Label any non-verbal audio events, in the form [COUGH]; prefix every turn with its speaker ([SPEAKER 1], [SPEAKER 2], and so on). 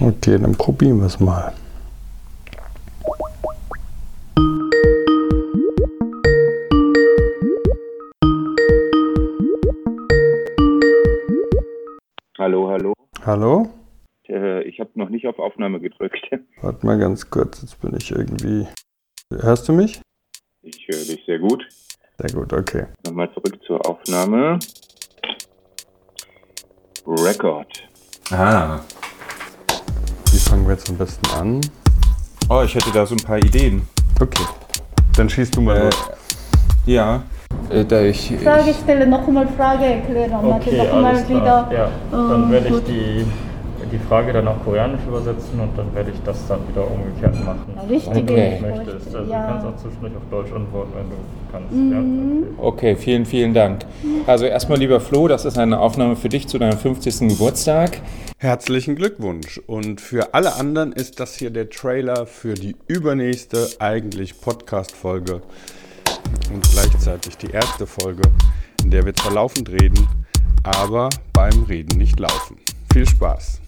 [SPEAKER 1] Okay, dann probieren wir es mal.
[SPEAKER 2] Hallo, hallo.
[SPEAKER 1] Hallo?
[SPEAKER 2] Äh, ich habe noch nicht auf Aufnahme gedrückt. [LAUGHS]
[SPEAKER 1] Warte mal ganz kurz, jetzt bin ich irgendwie. Hörst du mich?
[SPEAKER 2] Ich höre dich sehr gut.
[SPEAKER 1] Sehr gut, okay.
[SPEAKER 2] Nochmal zurück zur Aufnahme. Record.
[SPEAKER 3] Ah.
[SPEAKER 1] Wie fangen wir jetzt am besten an?
[SPEAKER 3] Oh, ich hätte da so ein paar Ideen.
[SPEAKER 1] Okay. Dann schießt du mal
[SPEAKER 3] Äh,
[SPEAKER 1] los.
[SPEAKER 3] ja. Äh, da ich, ich,
[SPEAKER 4] Frage stelle, nochmal Frage erklären,
[SPEAKER 5] Okay,
[SPEAKER 4] also nochmal
[SPEAKER 5] alles
[SPEAKER 4] wieder.
[SPEAKER 5] klar. Ja,
[SPEAKER 4] ähm,
[SPEAKER 5] dann werde ich
[SPEAKER 4] gut.
[SPEAKER 5] die, die Frage dann auf Koreanisch übersetzen und dann werde ich das dann wieder umgekehrt machen.
[SPEAKER 4] Ja, richtig,
[SPEAKER 3] Okay.
[SPEAKER 5] Wenn du möchtest. Also
[SPEAKER 4] ja. Mhm.
[SPEAKER 5] du kannst auch zwischendurch auf Deutsch antworten, wenn du kannst. Ja, okay.
[SPEAKER 3] Okay, vielen, vielen Dank. Also erstmal, lieber Flo, das ist eine Aufnahme für dich zu deinem 50. Geburtstag.
[SPEAKER 1] Herzlichen Glückwunsch. Und für alle anderen ist das hier der Trailer für die übernächste eigentlich Podcast-Folge und gleichzeitig die erste Folge, in der wir zwar laufend reden, aber beim Reden nicht laufen. Viel Spaß.